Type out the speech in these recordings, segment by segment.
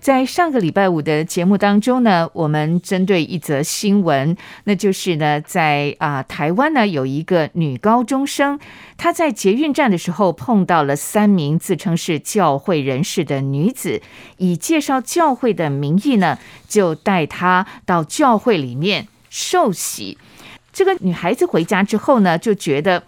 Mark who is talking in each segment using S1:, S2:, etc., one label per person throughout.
S1: 在上个礼拜五的节目当中呢，我们针对一则新闻，那就是呢，在啊、台湾呢有一个女高中生，她在捷运站的时候碰到了三名自称是教会人士的女子，以介绍教会的名义呢，就带她到教会里面受洗。这个女孩子回家之后呢，就觉得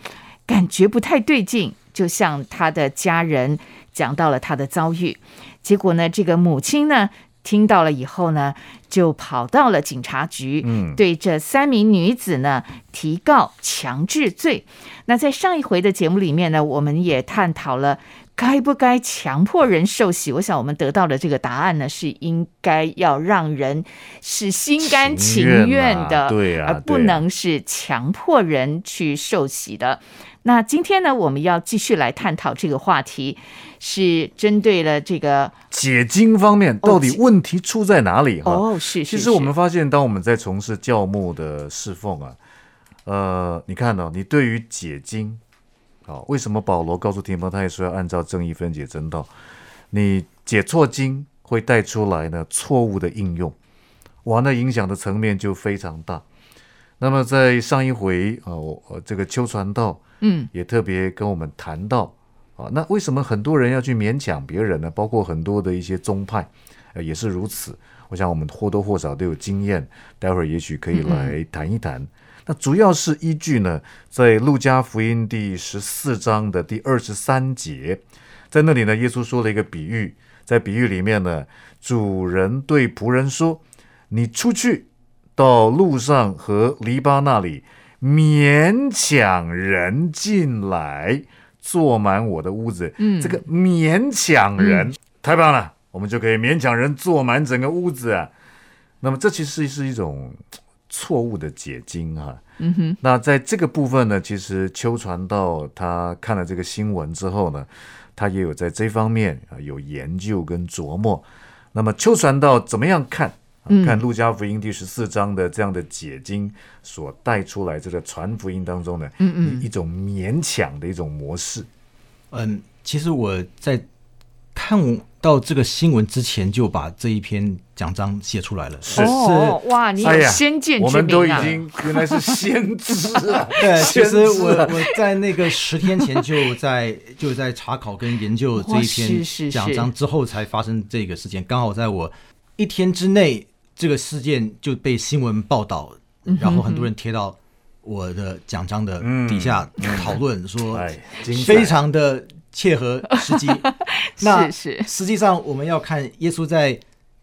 S1: 感觉不太对劲，就向她的家人讲到了她的遭遇。结果呢，这个母亲呢听到了以后呢，就跑到了警察局，
S2: 嗯
S1: 对这三名女子呢提告强制罪。那在上一回的节目里面呢，我们也探讨了。该不该强迫人受洗？我想我们得到的这个答案呢，是应该要让人是心甘情
S2: 情愿
S1: 愿
S2: 呐
S1: 的，
S2: 对啊
S1: 而不
S2: 对啊
S1: 能是强迫人去受洗的。那今天呢，我们要继续来探讨这个话题，是针对了这个
S2: 解经方面到底问题出在哪里？哈、
S1: 哦，是是
S2: 其
S1: 是，
S2: 实我们发现，当我们在从事教牧的侍奉啊，呃，你看哦，你对于解经，哦，为什么保罗告诉提摩太说要按照正义分解真道？你解错经会带出来呢错误的应用，哇，那影响的层面就非常大。那么在上一回啊，我、呃、这个秋传道
S1: 嗯
S2: 也特别跟我们谈到啊，那为什么很多人要去勉强别人呢？包括很多的一些宗派，呃，也是如此。我想我们或多或少都有经验，待会儿也许可以来谈一谈。那主要是依据呢，在路加福音第十四章的第二十三节，在那里呢，耶稣说了一个比喻，在比喻里面呢，主人对仆人说：“你出去到路上和篱笆那里，勉强人进来，坐满我的屋子。
S1: 嗯
S2: 这个勉强人、太棒了，我们就可以勉强人坐满整个屋子啊。那么这其实是一种嘖错误的解经啊。
S1: 嗯哼，
S2: 那在这个部分呢，其实邱传道他看了这个新闻之后呢，他也有在这方面啊有研究跟琢磨。那么邱传道怎么样看？啊
S1: 嗯
S2: 看路加福音第十四章的这样的解经所带出来这个传福音当中呢，
S1: 嗯嗯
S2: 一一种勉强的一种模式。
S3: 嗯，其实我在看到这个新闻之前，就把这一篇讲章写出来了。，
S2: 是
S1: 哦哇，你
S2: 哎
S1: 有
S2: 呀
S1: 先见
S2: 我
S1: 之
S2: 们都已
S1: 明啊！
S2: 经原来是先知啊
S3: 对，其
S2: 先知
S3: 实我
S2: 啊
S3: 我在那个十天前就在 就在查考跟研究这
S1: 哇哦
S3: 一
S1: 是是
S3: 篇讲章
S1: 是
S3: 之后才发生这个事件，刚好在我一天之内，这个事件就被新闻报道，然后很多人贴到我的讲章的底下讨论说，
S2: 嗯哎，精彩
S3: 非常的切合时 机。那
S1: 是是
S3: 实际上我们要看耶稣在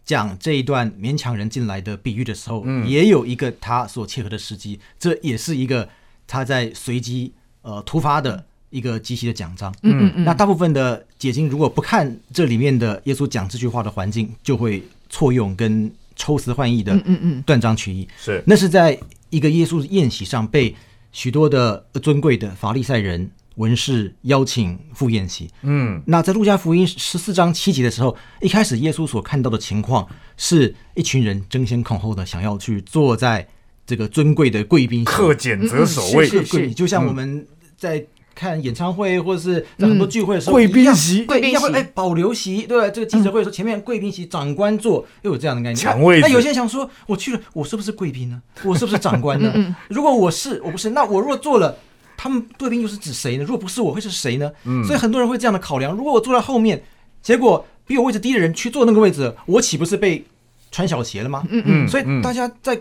S3: 讲这一段勉强人进来的比喻的时候，也有一个他所切合的时机，这也是一个他在随机呃突发的一个即席的讲章。
S1: 嗯嗯
S3: 那大部分的解经如果不看这里面的耶稣讲这句话的环境，就会错用跟抽丝换意的
S1: 嗯嗯嗯
S3: 断章取义。
S2: 是
S3: 那是在一个耶稣宴席上被许多的尊贵的法利赛人、文士邀请赴宴席。
S2: 嗯
S3: 那在路加福音十四章七节的时候，一开始耶稣所看到的情况是一群人争先恐后的想要去坐在这个尊贵的贵宾席
S2: 克俭
S3: 嗯
S2: 则守卫，
S1: 是是
S3: 贵宾，就
S2: 嗯
S3: 像我们在看演唱会或者是在很多聚会的时
S2: 嗯
S3: 候，
S2: 贵
S3: 一
S2: 宾
S3: 样
S2: 席嗯
S1: 贵
S3: 对，
S1: 宾
S3: 一样会
S1: 席
S3: 哎保留席，对吧？这个记者会说前面贵宾席、长官座，又有这样的概念，
S2: 抢位置
S3: 那有些人想说，我去了，我是不是贵宾呢？我是不是长官
S1: 嗯
S3: 呢？如果我是，我不是，那我若做了。他们贵宾又是指谁呢？如果不是我，会是谁呢？
S2: 嗯
S3: 所以很多人会这样的考量：如果我坐在后面，结果比我位置低的人去坐那个位置，我岂不是被穿小鞋了吗？嗯
S2: 嗯
S3: 所以
S2: 嗯
S3: 大家在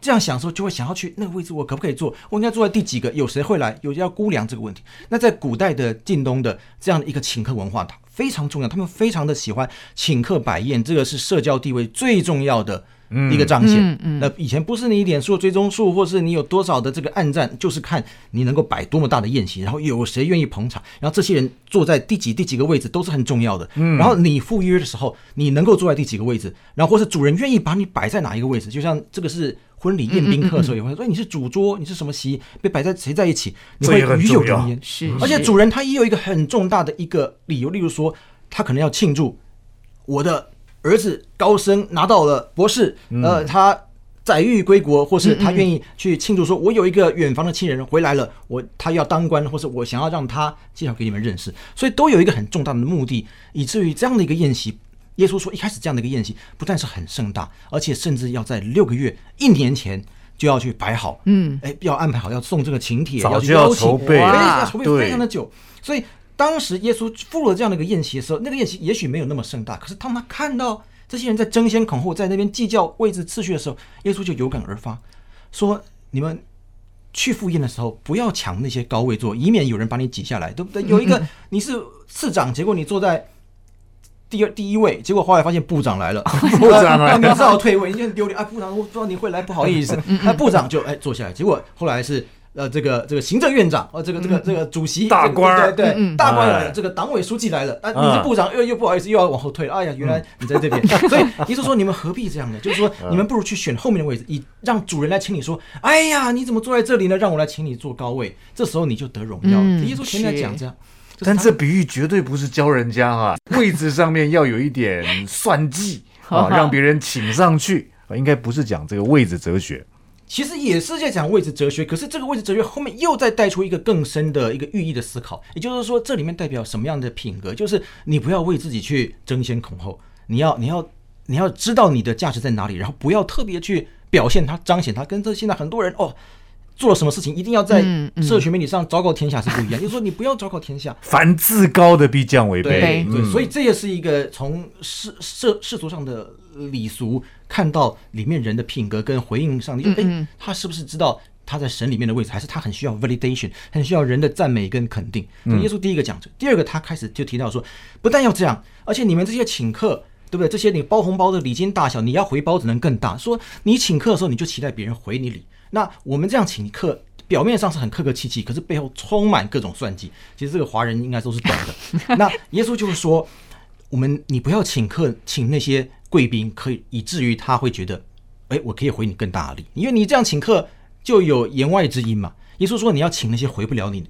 S3: 这样想的时候，就会想要去那个位置，我可不可以坐？我应该坐在第几个？有谁会来？有要估量这个问题。那在古代的近东的这样的一个请客文化，它非常重要，他们非常的喜欢请客摆宴，这个是社交地位最重要的一个彰显。
S1: 嗯嗯
S3: 那以前不是你点数、追踪数，或是你有多少的这个暗战，就是看你能够摆多么大的宴席，然后有谁愿意捧场，然后这些人坐在第几、第几个位置都是很重要的。嗯，然后你赴约的时候，你能够坐在第几个位置，然后或是主人愿意把你摆在哪一个位置，就像这个是。婚礼宴宾
S2: 嗯
S3: 客的时候也会说，哎，你是主桌，你是什么席，被摆在谁在一起，你
S2: 这
S3: 会
S2: 也很
S3: 与有
S2: 重
S3: 荣
S2: 要
S3: 焉。
S1: 是，
S3: 而且
S1: 是
S3: 主人他也有一个很重大的一个理由，例如说他可能要庆祝我的儿子高升拿到了博士，呃，他载誉归国，或是他愿意去庆祝，说我有一个远房的亲人回来了，我他要当官，或是我想要让他介绍给你们认识，所以都有一个很重大的目的，以至于这样的一个宴席。耶稣说，一开始这样的一个宴席不但是很盛大，而且甚至要在六个月、一年前就要去摆好，嗯，哎，要安排好，要送这个请帖，
S2: 早
S3: 去
S2: 就要
S3: 邀请
S2: 筹备
S3: 所以
S1: 哇
S3: 要筹备
S2: 对
S3: 非常的久，所以当时耶稣赴了这样的一个宴席的时候，那个宴席也许没有那么盛大，可是当他看到这些人在争先恐后，在那边计较位置次序的时候，耶稣就有感而发，说：“你们去赴宴的时候，不要抢那些高位坐，以免有人把你挤下来，对不对？有一个你是市长，结果你坐在。”第二第一位，结果后来发现部长来了，部
S2: 长来了
S3: 只好退位，你就很丢脸啊！部长，我不知道你会来，不好意思。那部长就哎坐下来，结果后来是呃这个这个行政院长，哦这个这个这个主席
S2: 大
S3: 这个
S2: 官儿
S3: 对
S1: 嗯
S3: 对，大官儿来
S2: 哎
S3: 了，这个党委书记来了，啊
S2: 嗯
S3: 你是部长又又不好意思又要往后退了，哎呀原来你在 这边，所以耶稣说你们何必这样呢？就是说你们不如去选后面的位置，以让主人来请你说，哎呀你怎么坐在这里呢？让我来请你坐高位，这时候你就得荣耀。
S1: 嗯
S3: 耶稣前面在讲
S1: 是
S3: 这样，是
S2: 但
S3: 他
S2: 这比喻绝对不是教人家啊，位置上面要有一点算 计啊，让别人请上去啊，应该不是讲这个位置哲学。
S3: 其实也是在讲位置哲学，可是这个位置哲学后面又再带出一个更深的一个寓意的思考，也就是说，这里面代表什么样的品格？就是你不要为自己去争先恐后，你要你要你要知道你的价值在哪里，然后不要特别去表现它、彰显它，跟这现在很多人哦。做了什么事情一定要在
S1: 嗯嗯
S3: 社群媒体上昭告天下是不一样，就是说你不要昭告天下，
S2: 凡自高的必降为
S1: 对
S2: 卑，
S3: 对，
S2: 嗯
S3: 所以这也是一个从世世世俗上的礼俗看到里面人的品格跟回应上帝，就哎、
S1: 嗯
S3: 他是不是知道他在神里面的位置，还是他很需要 validation，很需要人的赞美跟肯定？
S2: 嗯
S3: 这耶稣第一个讲这，第二个他开始就提到说，不但要这样，而且你们这些请客。对不对？这些你包红包的礼金大小，你要回包只能更大。说你请客的时候，你就期待别人回你礼。那我们这样请客，表面上是很客客气气，可是背后充满各种算计。其实这个华人应该都是懂的。 那耶稣就是说，我们你不要请客，请那些贵宾，可以以至于他会觉得，哎，我可以回你更大的礼，因为你这样请客就有言外之音嘛。耶稣说你要请那些回不了你、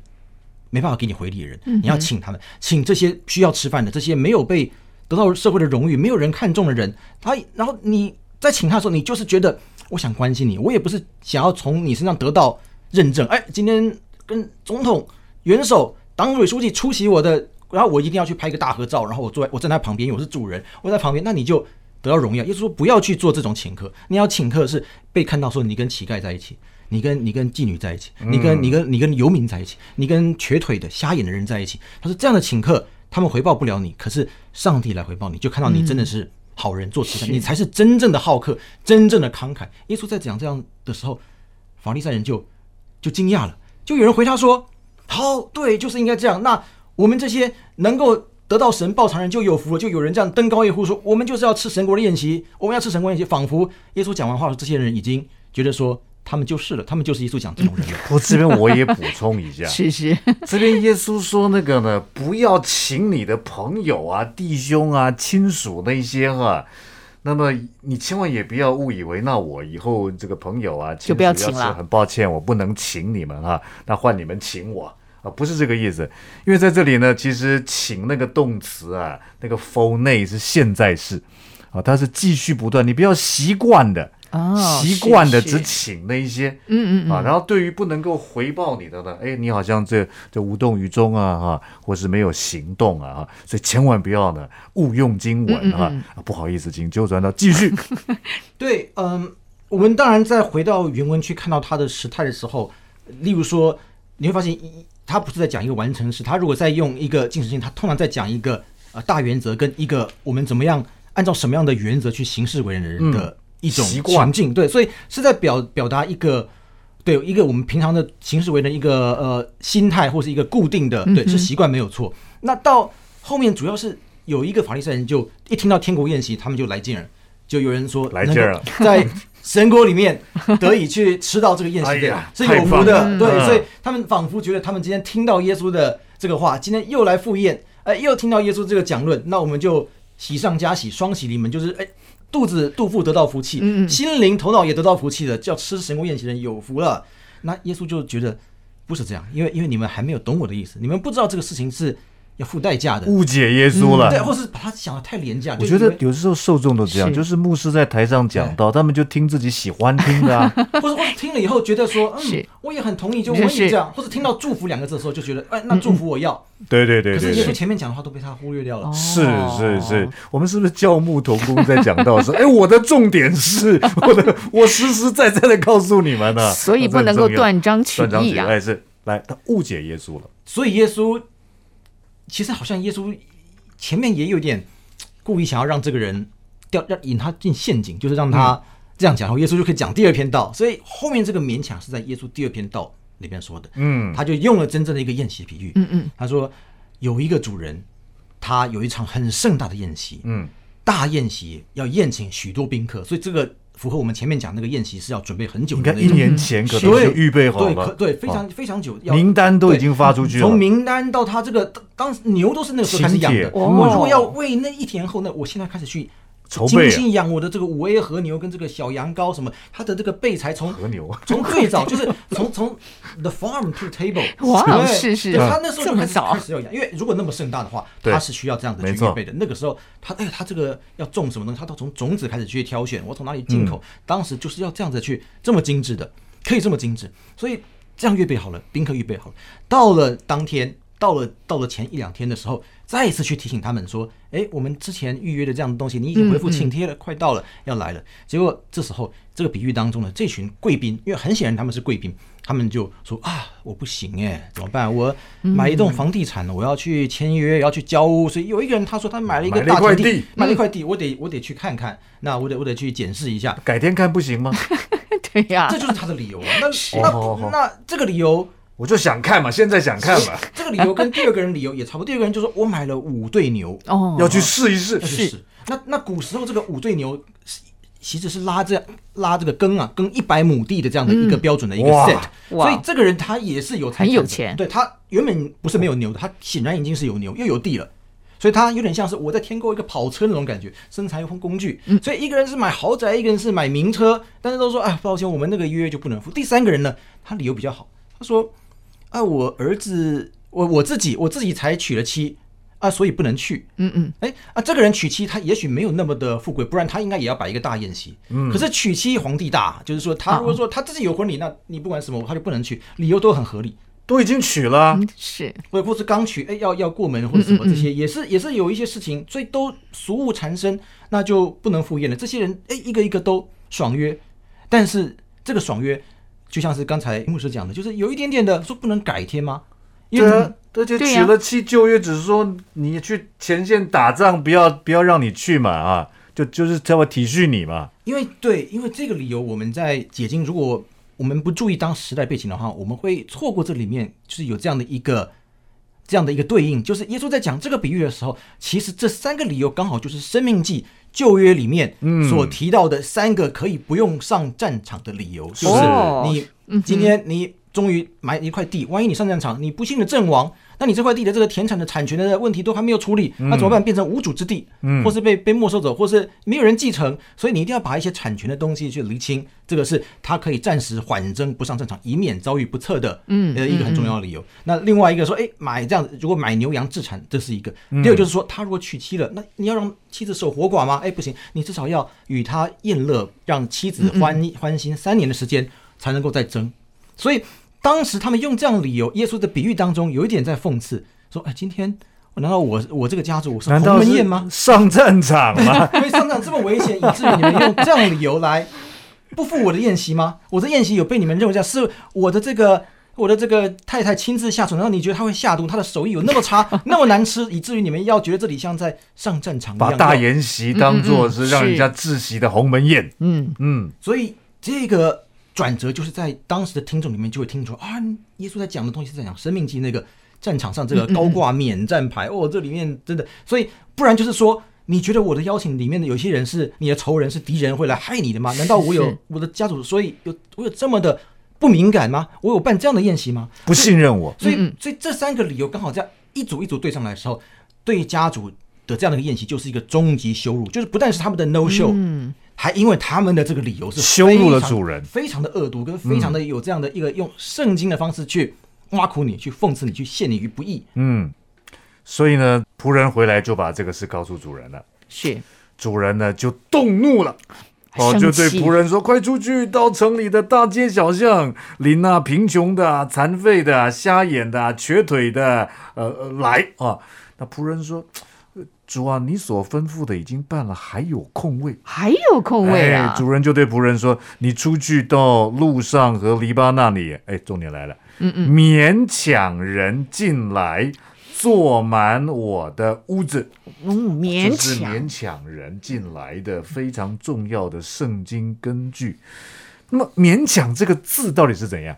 S3: 没办法给你回礼的人，你要请他们，请这些需要吃饭的，这些没有被得到社会的荣誉、没有人看重的人，他然后你在请他的时候，你就是觉得我想关心你，我也不是想要从你身上得到认证，哎，今天跟总统、元首、党委书记出席我的，然后我一定要去拍个大合照，然后我坐在我站在旁边，因为我是主人，我在旁边，那你就。得到荣耀，也就是说不要去做这种请客。你要请客是被看到说你跟乞丐在一起，你跟你跟妓女在一起，你跟你跟你跟游民在一起，你跟瘸腿的瞎眼的人在一起。他说这样的请客，他们回报不了你，可是上帝来回报你，就看到你真的是好人做慈善，你才是真正的好客，真正的慷慨。耶稣在讲这样的时候，法利赛人就就惊讶了，就有人回他说：“好，对，就是应该这样。那我们这些能够得到神报偿人就有福了，就有人这样登高一呼说，我们就是要吃神国的宴席，我们要吃神国宴席。仿佛耶稣讲完话，这些人已经觉得说他们就是了，他们就是耶稣讲这种人了。
S2: 不过这边我也补充一下，
S1: 是是，
S2: 这边耶稣说那个呢，不要请你的朋友啊、弟兄啊、亲属那些哈、那么你千万也不要误以为，那我以后这个朋友啊，亲属
S1: 就不要
S2: 吃
S1: 请了
S2: 很抱歉，我不能请你们哈、那换你们请我啊，不是这个意思。因为在这里呢，其实请那个动词啊，那个 for 内是现在式啊，它是继续不断，你不要习惯的。
S1: 哦，
S2: 习惯的
S1: 是
S2: 只
S1: 是
S2: 请那一些，
S1: 嗯嗯
S2: 啊，然后对于不能够回报你的呢，哎，你好像这这无动于衷啊，哈、或是没有行动啊，哈，所以千万不要呢误用经文啊
S1: 嗯
S2: 啊不好意思，请纠传到继 续，
S3: 对，嗯，我们当然在回到原文去看到它的时态的时候，例如说，你会发现一它不是在讲一个完成时，它如果在用一个进行性，它通常在讲一个呃大原则跟一个我们怎么样按照什么样的原则去行事为人的一种
S2: 习惯
S3: 情境，对，所以是在表表达一个。对一个我们平常的行事为人一个呃心态或是一个固定
S2: 嗯
S3: 的，对是习惯没有错。那到后面主要是有一个法利赛人就一听到天国宴席，他们就来劲儿，就有人说
S2: 来劲儿了，
S3: 能够 在神国里面得以去吃到这个宴席
S2: 哎
S3: 的
S2: 呀
S3: 是有
S2: 太棒
S3: 福
S2: 了
S3: 的，对，
S2: 嗯
S3: 所以他们仿佛觉得他们今天听到耶稣的这个话，今天又来赴宴，哎，又听到耶稣这个讲论，那我们就喜上加喜，双喜临门，就是哎。肚子肚腹得到福气，
S1: 嗯嗯
S3: 心灵头脑也得到福气的，叫吃神国宴席的人有福了。那耶稣就觉得不是这样，因为因为你们还没有懂我的意思，你们不知道这个事情是要付代价的，
S2: 误解耶稣
S1: 嗯
S2: 了。
S3: 对，或是把他想的太廉价。
S2: 我
S3: 就
S2: 觉
S3: 以
S2: 得
S3: 为
S2: 有时候受众都这样，
S1: 是
S2: 就是牧师在台上讲到，他们就听自己喜欢听 的啊。
S3: 或者我听了以后觉得说，嗯
S1: 是，
S3: 我也很同意，就我
S1: 是嗯
S3: 也
S1: 是
S3: 这样，或者听到祝福两个字的时候就觉得，哎，那祝福我要。
S2: 对对对
S3: 可
S2: 对
S3: 是耶稣
S2: 对。
S3: 前面讲的话都被他忽略掉了。
S2: 是是是
S1: 哦，
S2: 我们是不是教牧同工在讲到说，哎， 我的重点是 我的，我实实在在的告诉你们呢、啊，
S1: 所以不能够断章取
S2: 断章取
S1: 义
S2: 义，
S1: 啊。
S2: 哎是，来他误解耶稣了，
S3: 所以耶稣其实好像耶稣前面也有点故意想要让这个人掉，让引他进陷阱，就是让
S2: 嗯
S3: 他这样讲，然后耶稣就可以讲第二篇道。所以后面这个勉强是在耶稣第二篇道里边说的，
S2: 嗯，
S3: 他就用了真正的一个宴席比喻。
S1: 嗯嗯，
S3: 他说有一个主人，他有一场很盛大的宴席，
S2: 嗯，
S3: 大宴席要宴请许多宾客，所以这个符合我们前面讲那个宴席是要准备很久
S2: 你
S3: 的
S2: 看
S3: 那
S2: 一
S3: 种。
S2: 年前可能
S3: 对
S2: 就预备好
S3: 对
S2: 了，
S3: 可对，非常
S2: 啊
S3: 非常久，要
S2: 名单都已经发出去了
S3: 从，名单到他这个当当牛都是那个时候开始养
S2: 请
S3: 的
S2: 帖。
S1: 哦
S3: 我如果要为那一天后，那我现在开始去
S2: 筹备
S3: 精
S2: 啊
S3: 心养我的这个五 A 和牛跟这个小羊羔什么，它的这个备材从
S2: 和牛，
S3: 从最早就是从从 the farm to table，
S1: 哇哦
S3: 对
S1: 是是
S3: 对他那时候就
S1: 这么
S3: 开始
S1: 早
S3: 开始要养，因为如果那么盛大的话，
S2: 对
S3: 他是需要这样的
S2: 没
S3: 去
S2: 错
S3: 预备的。那个时候他哎，他这个要种什么东西，他都从种子开始去挑选，我从哪里进口，
S2: 嗯
S3: 当时就是要这样子去这么精致的，可以这么精致，所以这样预备好了，宾客预备好了，到了当天。到了到了前一两天的时候，再一次去提醒他们说：“哎，我们之前预约的这样的东西，你已经回
S2: 嗯
S3: 复请帖了，快到了，要来了。”结果这时候，这个比喻当中呢，这群贵宾，因为很显然他们是贵宾，他们就说啊，我不行哎，怎么办？我
S2: 嗯
S3: 买一栋房地产了，我要去签约，要去交屋。所以有一个人他说他买了一个
S2: 买了
S3: 大
S2: 一块
S3: 田
S2: 地，嗯
S3: 买了一块地，我得我得去看看，那我得我得去检视一下，
S2: 改天看不行吗？
S1: 对呀
S3: 这，就是他的理由啊。那
S2: 哦哦
S3: 那那这个理由，
S2: 我就想看嘛，现在想 看嘛，
S3: 这个理由跟第二个人理由也差不多。第二个人就说我买了五对牛，
S1: 哦，
S2: 要去试一试
S3: 那。就是那那古时候这个五对牛是其实是拉这拉这个耕啊耕一百亩地的这样的一个标准的一个
S2: 哇
S3: set，、
S1: 嗯哇
S3: 所以这个人他也是有财
S1: 很有
S3: 的
S1: 钱
S3: 对他原本不是没有牛的，他显然已经是有牛又有地了。所以他有点像是我在添购一个跑车那种感觉，生财用工具。
S1: 嗯
S3: 所以一个人是买豪宅，一个人是买名车，但是都说啊，抱歉，我们那个约就不能付。第三个人呢，他理由比较好，他说啊，我儿子，我我自己，我自己才娶了妻啊，所以不能去。
S1: 嗯嗯，
S3: 哎啊，这个人娶妻，他也许没有那么的富贵，不然他应该也要摆一个大宴席。嗯，可是娶妻皇帝大，就是说
S2: 啊
S3: 他如果说他自己有婚礼，那你不管什么他就不能去，理由都很合理。
S2: 都已经娶了啊，
S1: 嗯是
S3: 或者或是刚娶，哎，要要过门或者什么这
S2: 嗯
S3: 些，也是也是有一些事情，所以都俗务缠身，那就不能赴宴了。这些人哎，一个一个都爽约，但是这个爽约，就像是刚才牧师讲的，就是有一点点的说不能改天吗？因
S2: 对
S3: 为
S2: 啊，而且
S1: 对
S2: 娶
S1: 呀
S2: 了妻，旧约只是说你去前线打仗，不要不要让你去嘛啊，就就是稍微体恤你嘛。
S3: 因为对，因为这个理由，我们在解经，如果我们不注意当时代背景的话，我们会错过这里面就是有这样的一个这样的一个对应，就是耶稣在讲这个比喻的时候，其实这三个理由刚好就是《生命记》旧约里面所提到的三个可以不用上战场的理由，就是
S1: 哦
S3: 你今天你终于买一块地，万一你上战场，你不幸的阵亡。那你这块地的这个田产的产权的问题都还没有处理，
S1: 嗯
S3: 那怎么办？变成无主之地，或是被被没收走，或是没有人继承，所以你一定要把一些产权的东西去厘清。这个是他可以暂时缓征不上战场，以免遭遇不测的，
S1: 嗯
S3: 呃，一个很重要的理由。那另外一个说，哎，买这样子，如果买牛羊自产，这是一个；
S1: 嗯
S3: 第二就是说，他如果娶妻了，那你要让妻子守活寡吗？哎，不行，你至少要与他宴乐，让妻子
S1: 嗯
S3: 欢欢心三年的时间，才能够再争。所以当时他们用这样的理由，耶稣的比喻当中有一点在讽刺，说：“哎，今天难道我我这个家族我是
S2: 难
S3: 鸿
S2: 道
S3: 门
S2: 是
S3: 宴吗？
S2: 上战场 吗？
S3: 因为上场这么危险，以至于你们用这样的理由来不付我的宴席吗？我的宴席有被你们认为这样是我的这个。”我的这个太太亲自下厨，难道你觉得她会下毒？她的手艺有那么差，那么难吃，以至于你们要觉得这里像在上战场一样？
S2: 把大
S3: 要
S2: 筵席当做是让
S3: 嗯
S2: 人家窒息的鸿门宴。
S1: 嗯
S2: 嗯，
S3: 所以这个转折就是在当时的听众里面就会听出啊，耶稣在讲的东西是在讲《生命记》那个战场上这个高挂免战牌哦，这里面真的，所以不然就是说。你觉得我的邀请里面的有些人是你的仇人，是敌人会来害你的吗？难道我有
S1: 是
S3: 我的家族，所以有我有这么的不敏感吗？我有办这样的宴席吗？
S2: 不信任我，
S3: 所以
S1: 嗯，
S3: 所以这三个理由刚好在一组一组对上来的时候，对家族的这样的一个宴席就是一个终极羞辱，就是不但是他们的 no show，、
S1: 嗯，
S3: 还因为他们的这个理由是
S2: 羞辱了
S3: 非常
S2: 主人
S3: 非常的恶毒，跟非常的有这样的一个用圣经的方式去挖苦你、去讽刺你、去陷你于不义。
S2: 嗯，所以呢，仆人回来就把这个事告诉主人了。
S1: 是
S2: 主人呢就动怒了。哦，
S1: 生
S2: 就对
S1: 气
S2: 仆人说：“快出去，到城里的大街小巷，领那贫穷的啊、残废的啊、瞎眼的啊、瘸腿的啊，呃，呃来啊！”那仆人说呃：“主啊，你所吩咐的已经办了，还有空位。”
S1: 还有空位啊
S2: 哎，，主人就对仆人说：“你出去到路上和篱笆那里，哎，重点来了，嗯嗯，勉强人进来，坐满我的屋子，
S1: 嗯，勉
S2: 这是
S1: 强
S2: 勉强人进来的非常重要的圣经根据。那么‘勉强’这个字到底是怎样？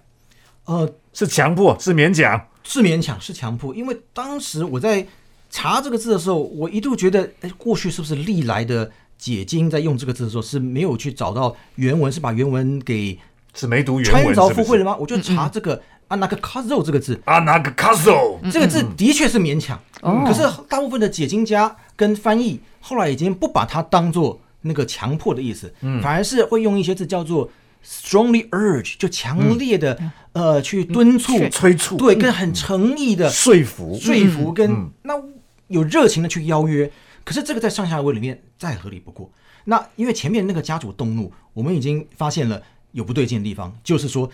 S3: 呃，
S2: 是强迫，是勉强？
S3: 是勉强，是强迫，因为当时我在查这个字的时候，我一度觉得，哎，过去是不是历来的解经在用这个字的时候是没有去找到原文，是把原文给
S2: 是没读原文，
S3: 穿
S2: 是
S3: 凿
S2: 不
S3: 附会了
S2: 是？嗯
S3: 吗？我就查这个啊，那个 c a s o 这个字，
S2: 啊，那个 castle，
S3: 这个字的确是勉强，嗯
S1: 哦
S3: 可是大部分的解经家跟翻译后来已经不把它当做那个强迫的意思，
S2: 嗯
S3: 反而是会用一些字叫做 strongly urge，就强烈
S2: 嗯
S3: 的、呃去敦促、
S1: 嗯
S2: 催促，
S3: 对，跟很诚意的
S2: 说服，
S3: 说服嗯跟、那有热情的去邀约。可是这个在上下文里面再合理不过。那因为前面那个家主动怒，我们已经发现了有不对劲的地方，就是说，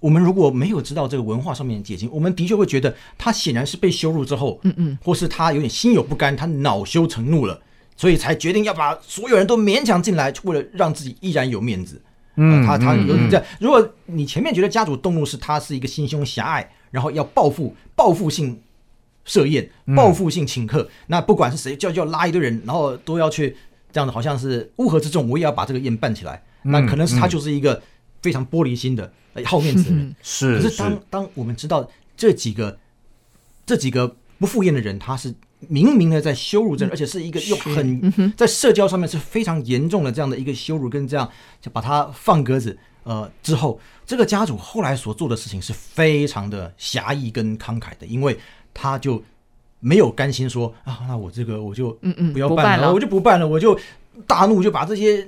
S3: 我们如果没有知道这个文化上面的解禁，我们的确会觉得他显然是被羞辱之后，嗯嗯，或是他有点心有不甘，他恼羞成怒了，所以才决定要把所有人都勉强进来，为了让自己依然有面子。嗯，他他有这样。如果你前面觉得家主动怒是他是一个心胸狭隘，然后要报复报复性设宴、报复性请客，那不管是谁，就要就要拉一堆人，然后都要去这样的，好像是乌合之众，我也要把这个宴办起来。那可能是他就是一个非常玻璃心的、哎好面子的人。
S2: 是
S3: 可是当当我们知道这几个这几个不赴宴的人，他是明明的在羞辱这
S1: 嗯
S3: 人，而且是一个又很在社交上面是非常严重的这样的一个羞辱，跟这样就把他放鸽子。呃，之后这个家主后来所做的事情是非常的侠义跟慷慨的，因为他就没有甘心说啊，那我这个我就
S1: 嗯嗯
S3: 不要
S1: 不
S3: 办
S1: 办了
S3: 我就不办了，我就大怒，就把这些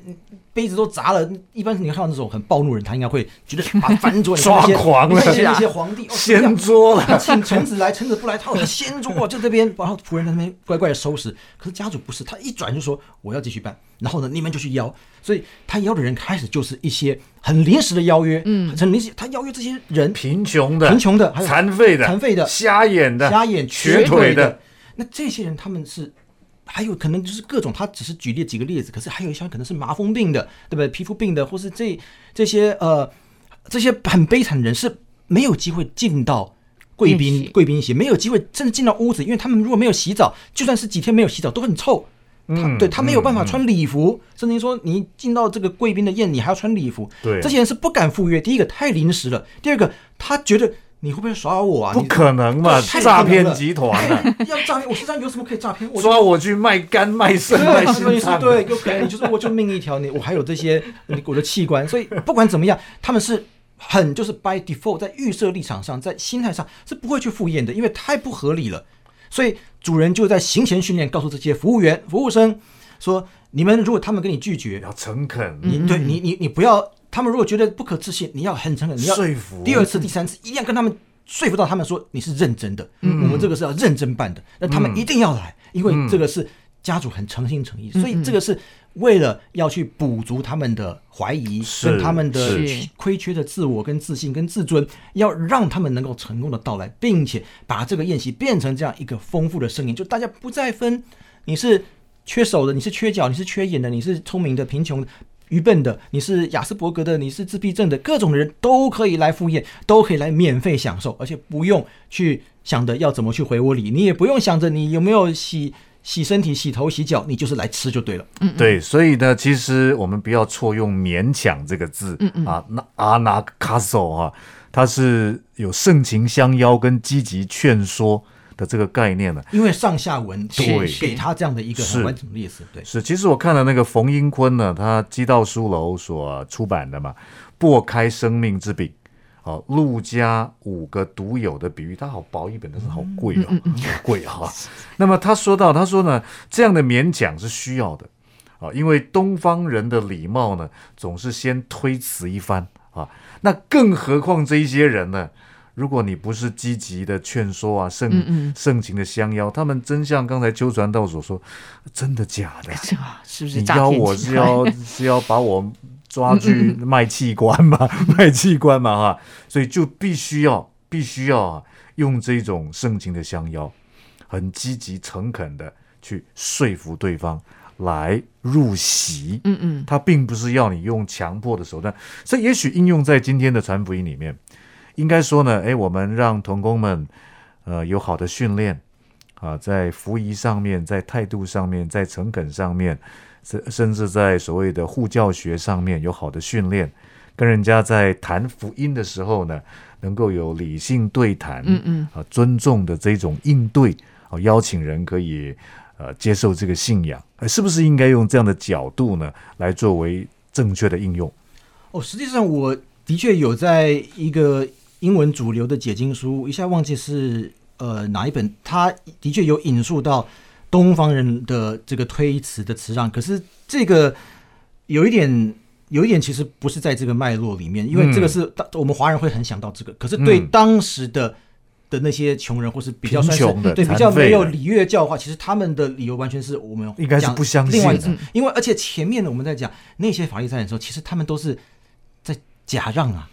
S3: 杯子都砸了。一般你看到那种很暴怒人，他应该会觉得把翻桌，你看那些
S2: 抓狂了
S3: 那些
S1: 是啊
S3: 那些皇帝哦怎么
S2: 掀
S3: 样
S2: 桌了。”
S3: 请臣子来，臣子不来，他有先桌就这边， 然后仆人在那边乖乖的收拾。可是家主不是，他一转就说我要继续办，然后呢，你们就去邀，所以他邀的人开始就是一些很临时的邀约，嗯，很临时，他邀约这些人
S2: 贫穷的、
S3: 贫穷的还有
S2: 残废的、
S3: 残废的
S2: 瞎眼的、
S3: 瞎眼、
S2: 瘸
S3: 瘸
S2: 腿
S3: 的
S2: 的，，
S3: 那这些人他们是。还有可能就是各种，他只是举例几个例子，可是还有一些可能是麻风病的，对不对？皮肤病的，或是这这些呃这些很悲惨的人是没有机会进到贵
S1: 练
S3: 宾
S1: 习
S3: 贵宾席，没有机会真的进到屋子，因为他们如果没有洗澡，就算是几天没有洗澡都很臭。
S2: 嗯
S3: 他对他没有办法穿礼服，甚至说你进到这个贵宾的宴，你还要穿礼服。
S2: 对
S3: 这些人是不敢赴约。第一个太临时了，第二个他觉得你会不会耍我啊？
S2: 不
S3: 你
S2: 可能嘛！
S3: 太
S2: 诈
S3: 可能
S2: 骗
S3: 了
S2: 集团啊，
S3: 要诈骗，我身上有什么可以诈 骗？我就
S2: 抓我去卖肝、卖肾、卖心
S3: 对
S2: 脏，啊
S3: 对，，有可能你就是我就命一条，你我还有这些你我的器官，所以不管怎么样，他们是很就是 by default 在预设立场上，在心态上是不会去赴宴的，因为太不合理了。所以主人就在行前训练，告诉这些服务员、服务生说：你们如果他们跟你拒绝，
S2: 要诚恳，啊
S3: 你对
S2: 嗯
S3: 你你你不要，他们如果觉得不可置信，你要很诚恳，你要
S2: 说服
S3: 第二次、第三次，一定要跟他们说服到他们说你是认真的，
S2: 嗯
S3: 我们这个是要认真办的，那他们一定要来，因为这个是家主很诚心诚意，所
S2: 嗯
S3: 以这个是为了要去补足他们的怀疑
S2: 是
S3: 跟他们的
S1: 是
S3: 亏缺的自我跟自信跟自尊，要让他们能够成功的到来，并且把这个宴席变成这样一个丰富的盛宴，就大家不再分你是缺手的，你是缺脚，你是缺眼的，你是聪明的、贫穷的。愚笨的，你是雅斯伯格的，你是自闭症的，各种的人都可以来赴宴，都可以来免费享受，而且不用去想着要怎么去回我礼，你也不用想着你有没有洗洗身体、洗头、洗脚，你就是来吃就对了。
S2: 对，所以呢，其实我们不要错用“勉强”这个字，啊，那阿那卡索哈，它是有盛情相邀跟积极劝说的这个概念的。
S3: 因为上下文
S2: 对
S3: 是给他这样的一个
S2: 是
S3: 很完整的例子，对，
S2: 是，其实我看了那个冯英坤呢，他基道书楼所出版的嘛，《擘开生命之饼》。哦，陆家五个独有的比喻，它好薄一本，但是好贵哦，
S1: 嗯
S2: 好贵哈、那么他说到，他说呢，这样的勉强是需要的啊，因为东方人的礼貌呢，总是先推辞一番啊。那更何况这一些人呢，如果你不是积极的劝说啊，盛
S1: 嗯嗯
S2: 盛情的相邀，他们真像刚才邱传道所说，真的假的？
S1: 是吧？是不是
S2: 你
S1: 诈
S2: 邀
S1: 骗
S2: 我
S1: 集
S2: 是
S1: 团嗯
S2: 要 是要把我抓去卖器官嘛， 卖器官嘛哈，所以就必须要必须要啊，用这种盛情的相邀，很积极诚恳的去说服对方来入席。
S1: 嗯嗯
S2: 它并不是要你用强迫的手段，所以也许应用在今天的传福音里面，应该说呢，诶，我们让童工们呃有好的训练啊，在服仪上面，在态度上面，在诚恳上面，甚甚至在所谓的护教学上面有好的训练，跟人家在谈福音的时候呢，能够有理性对谈，
S1: 嗯嗯，
S2: 啊尊重的这种应对，啊邀请人可以呃接受这个信仰，呃是不是应该用这样的角度呢来作为正确的应用？
S3: 哦，实际上我的确有在一个英文主流的解经书，一下忘记是呃哪一本，它的确有引述到东方人的这个推辞的词让，可是这个有一点。有一点其实不是在这个脉络里面，因为这个是当、我们华人会很想到这个，可是对
S2: 嗯
S3: 当时的、的那些穷人或是比较
S2: 贫
S3: 算是
S2: 穷的
S3: 对比
S2: 残
S3: 较
S2: 废
S3: 没有
S2: 的
S3: 礼乐教化，其实他们的理由完全是我们
S2: 应该是
S3: 讲
S2: 不相
S3: 另外一
S2: 信
S3: 种，因为而且前面我们在讲那些法利赛人的时候，其实他们都是在假让啊。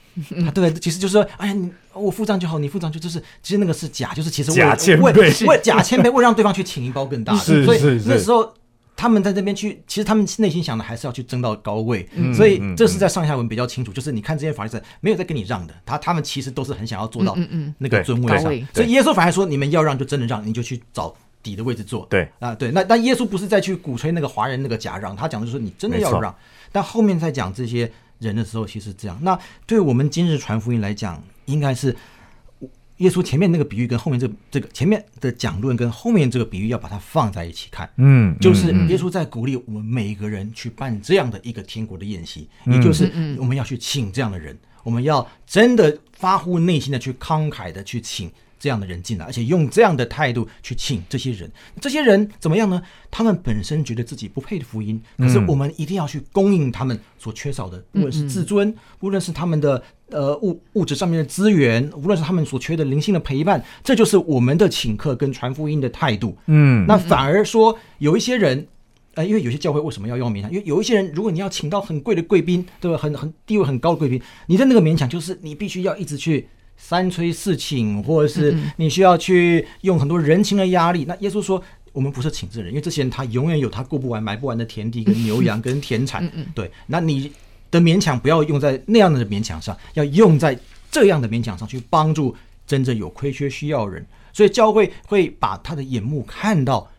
S3: 啊，对，其实就是说，哎呀，你我付账就好，你付账就就是，其实那个是假，就是其实为
S2: 假谦
S3: 为
S2: 卑
S3: 为假谦卑，为让对方去请一包更大 的，
S2: 是
S3: 所以
S2: 是是
S3: 那时候他们在这边去，其实他们内心想的还是要去争到高位，
S2: 嗯
S3: 所以这是在上下文比较清楚，就是你看这些法利赛人没有在跟你让的，他他们其实都是很想要做到
S1: 嗯嗯嗯
S3: 那个
S2: 对
S3: 尊位
S1: 高
S3: 上
S1: 位，
S3: 所以耶稣反而说，你们要让就真的让，你就去找底的位置坐，
S2: 对，
S3: 啊，对，那但耶稣不是在去鼓吹那个华人那个假让，他讲的就是你真的
S2: 没
S3: 要
S2: 错
S3: 让。但后面在讲这些人的时候，其实这样。那对我们今日传福音来讲，应该是耶稣前面那个比喻跟后面这个这个前面的讲论跟后面这个比喻要把它放在一起看。
S2: 嗯，
S3: 就是
S2: 嗯嗯
S3: 耶稣在鼓励我们每个人去办这样的一个天国的宴席，
S2: 嗯
S3: 也就是我们要去请这样的人，我们要真的发乎内心的去慷慨的去请这样的人进来，而且用这样的态度去请这些人。这些人怎么样呢？他们本身觉得自己不配的福音，
S2: 嗯
S3: 可是我们一定要去供应他们所缺少的，无论是自
S2: 嗯
S3: 尊，无论是他们的。呃，物物质上面的资源，无论是他们所缺的灵性的陪伴，这就是我们的请客跟传福音的态度。
S2: 嗯，
S3: 那反而说有一些人，呃，因为有些教会为什么要用勉强？因为有一些人，如果你要请到很贵的贵宾，对吧？很很地位很高的贵宾，你的那个勉强就是你必须要一直去。三催四请，或者是你需要去用很多人情的压力。那耶稣说，我们不是请这人，因为这些人他永远有他过不完、买不完的田地、跟牛羊、跟田产。对，那你的勉强不要用在那样的勉强上，要用在这样的勉强上去帮助真正有亏缺需要的人。所以教会会把他的眼目看到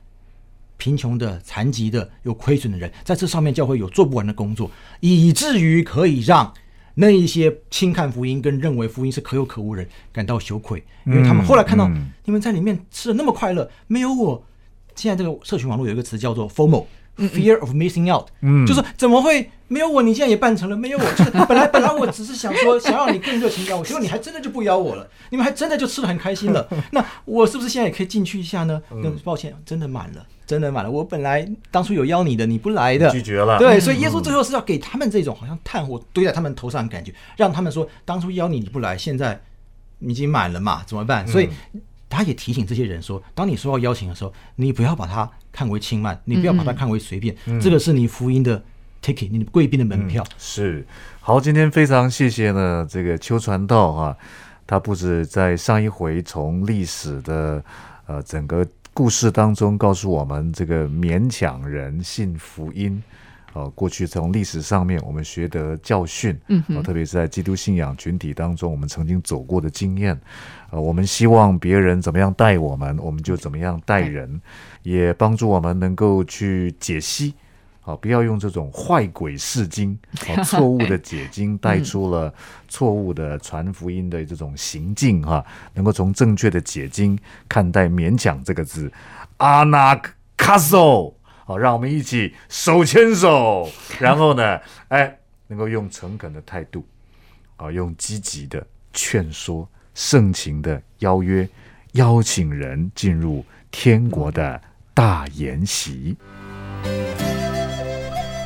S3: 贫穷的、残疾的、有亏损的人，在这上面教会有做不完的工作，以至于可以让那一些轻看福音跟认为福音是可有可无人感到羞愧，因为他们后来看到、
S2: 嗯
S3: 你们在里面吃的那么快乐，没有我。现在这个社群网络有一个词叫做 “FOMO”。Fear of missing out，嗯，就是怎么会没有我？你现在也办成了，没有我，就是本来本来我只是想说想要你更热情邀我，结果你还真的就不邀我了，你们还真的就吃的很开心了。那我是不是现在也可以进去一下呢？嗯，抱歉，真的满了，真的满了。我本来当初有邀你的，你不来的，
S2: 拒绝了
S3: 对，所以耶稣最后是要给他们这种好像炭火堆在他们头上的感觉，让他们说当初邀你你不来，现在已经满了嘛，怎么办？所以他也提醒这些人说，当你收到邀请的时候，你不要把它看为轻慢，你不要把它看为随便，这个是你福音的 ticket，你的贵宾的门票。
S2: 嗯是好，今天非常谢谢呢，这个邱传道啊，他不止在上一回从历史的呃整个故事当中告诉我们这个勉强人信福音。呃，过去从历史上面我们学得教训，嗯、呃，特别是在基督信仰群体当中，我们曾经走过的经验，呃，我们希望别人怎么样待我们，我们就怎么样待人，也帮助我们能够去解析啊，不要用这种坏鬼释经，啊，错误的解经带出了错误的传福音的这种行径哈、能够从正确的解经看待“勉强”这个字，阿那卡索，好，让我们一起手牵手，然后呢，哎，能够用诚恳的态度，啊，用积极的劝说、盛情的邀约，邀请人进入天国的大筵席。